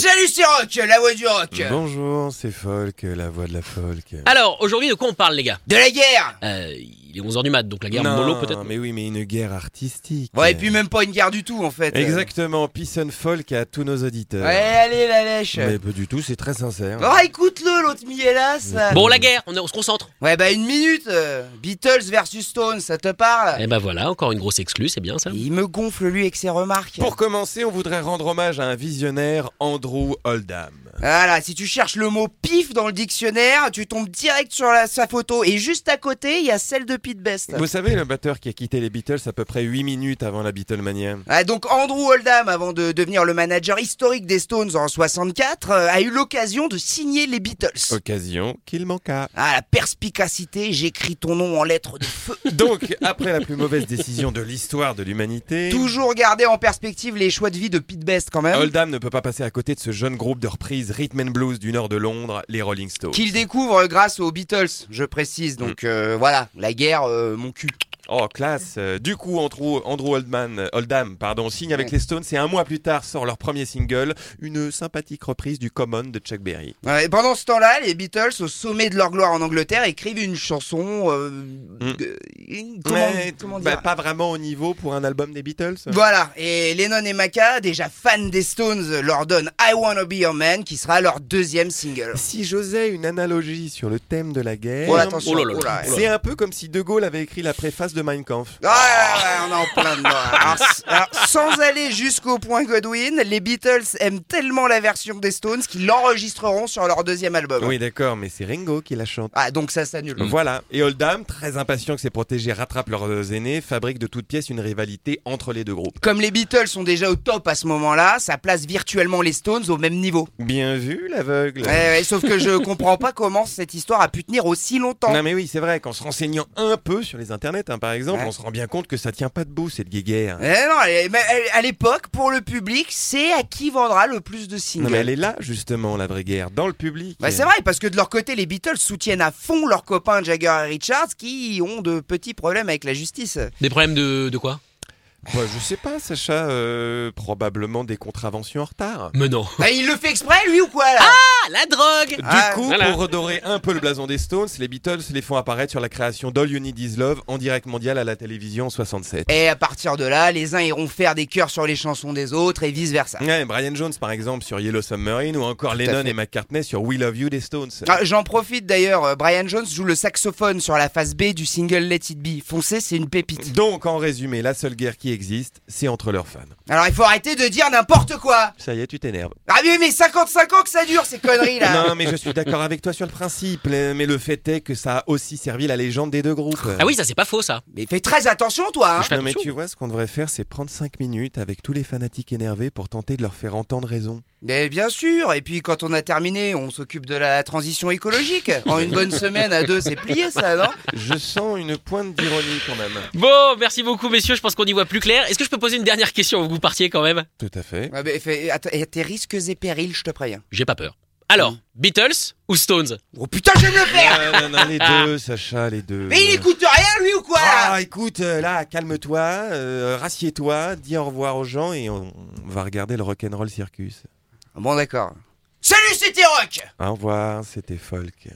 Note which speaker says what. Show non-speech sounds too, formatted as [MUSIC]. Speaker 1: Salut, c'est Rock, la voix du rock.
Speaker 2: Bonjour, c'est Folk, la voix de la Folk.
Speaker 3: Alors, aujourd'hui, de quoi on parle, les gars
Speaker 1: De la guerre.
Speaker 3: Euh, Il est 11h du mat, donc la guerre
Speaker 2: Non,
Speaker 3: mollo, peut-être.
Speaker 2: Mais oui, mais une guerre artistique.
Speaker 1: Bon, et puis même pas une guerre du tout en fait.
Speaker 2: Exactement, peace and folk à tous nos
Speaker 1: Ouais,
Speaker 2: auditeurs.
Speaker 1: allez la lèche.
Speaker 2: Mais pas du tout, c'est très sincère.
Speaker 1: Oh, écoute-le, l'autre Miela, ça.
Speaker 3: Bon, la guerre, on, est- on se concentre.
Speaker 1: Ouais, bah une minute. euh, Beatles versus Stones, ça te parle
Speaker 3: Eh ben voilà, encore une grosse exclue, c'est bien ça.
Speaker 1: Il me gonfle lui avec ses remarques.
Speaker 2: Pour commencer, on voudrait rendre hommage à un visionnaire, Andrew Oldham.
Speaker 1: Voilà, si tu cherches le mot pif dans le dictionnaire, tu tombes direct sur la- sa photo. Et juste à côté, il y a celle de Pete Best.
Speaker 2: Vous savez, le batteur qui a quitté les Beatles à peu près 8 minutes avant la Beatlemania.
Speaker 1: Ah, donc Andrew Oldham, avant de devenir le manager historique des Stones en 64, euh, a eu l'occasion de signer les Beatles.
Speaker 2: Occasion qu'il manqua.
Speaker 1: Ah, la perspicacité, j'écris ton nom en lettres
Speaker 2: [LAUGHS]
Speaker 1: de feu.
Speaker 2: Donc, après la plus mauvaise décision de l'histoire de l'humanité,
Speaker 1: Toujours garder en perspective les choix de vie de Pete Best quand même.
Speaker 2: Oldham ne peut pas passer à côté de ce jeune groupe de reprises rhythm and blues du nord de Londres, les Rolling Stones.
Speaker 1: Qu'il découvre grâce aux Beatles, je précise. Donc
Speaker 2: Mm.
Speaker 1: euh, voilà, la guerre, euh, mon cul.
Speaker 2: Oh, classe. Euh, Du coup, Andrew, Andrew Oldman, euh, Oldham pardon, signe avec les Stones et un mois plus tard sort leur premier single, une sympathique reprise du Common de Chuck Berry.
Speaker 1: Ouais, et pendant ce temps-là, les Beatles, au sommet de leur gloire en Angleterre, écrivent une chanson. euh, euh, comment,
Speaker 2: Mm. Mais,
Speaker 1: comment
Speaker 2: bah,
Speaker 1: dire
Speaker 2: Pas vraiment au niveau pour un album des Beatles
Speaker 1: Voilà, et Lennon et Maca, déjà fans des Stones, leur donnent I Wanna Be Your Man, qui sera leur deuxième single.
Speaker 2: Si j'osais une analogie sur le thème de la guerre,
Speaker 1: Oh, attention,
Speaker 3: oh là là.
Speaker 1: oh là, ouais. Ah,
Speaker 2: c'est un peu comme si De Gaulle avait écrit la préface de Mein Kampf.
Speaker 1: Ouais, ouais, ouais, on est en plein dedans. hein. Alors, s- alors, sans aller jusqu'au point Godwin, les Beatles aiment tellement la version des Stones qu'ils l'enregistreront sur leur deuxième album.
Speaker 2: Oui, d'accord, mais c'est Ringo qui la chante.
Speaker 1: Ah, donc ça s'annule.
Speaker 2: Voilà. Et Oldham, très impatient que ses protégés rattrapent leurs aînés, fabrique de toutes pièces une rivalité entre les deux groupes.
Speaker 1: Comme les Beatles sont déjà au top à ce moment-là, ça place virtuellement les Stones au même niveau.
Speaker 2: Bien vu, l'aveugle.
Speaker 1: Ouais, ouais, sauf que je [LAUGHS] comprends pas comment cette histoire a pu tenir aussi longtemps.
Speaker 2: Non mais oui, c'est vrai qu'en se renseignant un peu sur les internets, hein, par exemple,
Speaker 1: Ouais.
Speaker 2: on se rend bien compte que ça tient pas debout cette guéguerre.
Speaker 1: Eh non, elle- mais elle- à l'époque, pour le public, c'est à qui vendra le plus de
Speaker 2: Non mais
Speaker 1: singles.
Speaker 2: elle est là justement, la vraie guerre, dans le public.
Speaker 1: Bah, c'est vrai, parce que de leur côté, les Beatles soutiennent à fond leurs copains Jagger et Richards qui ont de petits problèmes avec la [LAUGHS] justice.
Speaker 3: Des problèmes de, de quoi
Speaker 2: Bah, je sais pas, Sacha, euh, probablement des contraventions en retard.
Speaker 3: Mais non.
Speaker 1: Bah, il le fait exprès, lui, ou quoi là
Speaker 3: Ah, la drogue
Speaker 2: Du
Speaker 1: Ah,
Speaker 2: coup,
Speaker 3: voilà.
Speaker 2: pour redorer un peu le blason des Stones, les Beatles les font apparaître sur la création d'All You Need Is Love en direct mondial à la télévision en 67.
Speaker 1: Et à partir de là, les uns iront faire des chœurs sur les chansons des autres et vice-versa.
Speaker 2: Ouais, Brian Jones par exemple sur Yellow Submarine ou encore
Speaker 1: à
Speaker 2: Lennon
Speaker 1: fait.
Speaker 2: et McCartney sur We Love You des Stones.
Speaker 1: Ah, J'en profite d'ailleurs, euh, Brian Jones joue le saxophone sur la face B du single Let It Be. Foncé, c'est une pépite.
Speaker 2: Donc en résumé, la seule guerre qui existe, c'est entre leurs fans.
Speaker 1: Alors il faut arrêter de dire n'importe quoi
Speaker 2: Ça y est, tu t'énerves.
Speaker 1: Ah oui, mais 55 ans que ça dure ces conneries là
Speaker 2: Non, mais je suis d'accord avec toi sur le principe, le- mais le fait est que ça a aussi servi la légende des deux groupes.
Speaker 3: Ah oui, ça c'est pas faux ça.
Speaker 1: Mais fais très attention toi hein.
Speaker 3: fais
Speaker 2: Non, mais
Speaker 3: attention.
Speaker 2: tu vois, ce qu'on devrait faire, c'est prendre 5 minutes avec tous les fanatiques énervés pour tenter de leur faire entendre raison.
Speaker 1: Mais bien sûr, et puis quand on a terminé, on s'occupe de la transition écologique. En une bonne semaine à deux, c'est plié ça, non
Speaker 2: Je sens une pointe d'ironie quand même.
Speaker 3: Bon, merci beaucoup messieurs, je pense qu'on y voit plus clair. Est-ce que je peux poser une dernière question avant que vous partiez quand même
Speaker 2: Tout à fait.
Speaker 1: Ouais, mais fais- att- et tes risques et périls, je te préviens.
Speaker 3: J'ai pas peur. Alors,
Speaker 1: Mm.
Speaker 3: Beatles ou Stones
Speaker 1: Oh putain, je vais me le faire
Speaker 2: non, non, les deux, Sacha, les deux.
Speaker 1: Mais il écoute rien lui ou quoi là
Speaker 2: Ah, écoute, euh, là, calme-toi, euh, rassieds-toi, dis au revoir aux gens et on, on va regarder le rock'n'roll circus.
Speaker 1: Bon d'accord. Salut, c'était Rock
Speaker 2: Au revoir, c'était Folk.